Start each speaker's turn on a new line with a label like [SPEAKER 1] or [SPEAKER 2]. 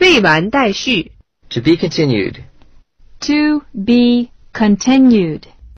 [SPEAKER 1] 未完待续。
[SPEAKER 2] To be continued.
[SPEAKER 3] To be continued.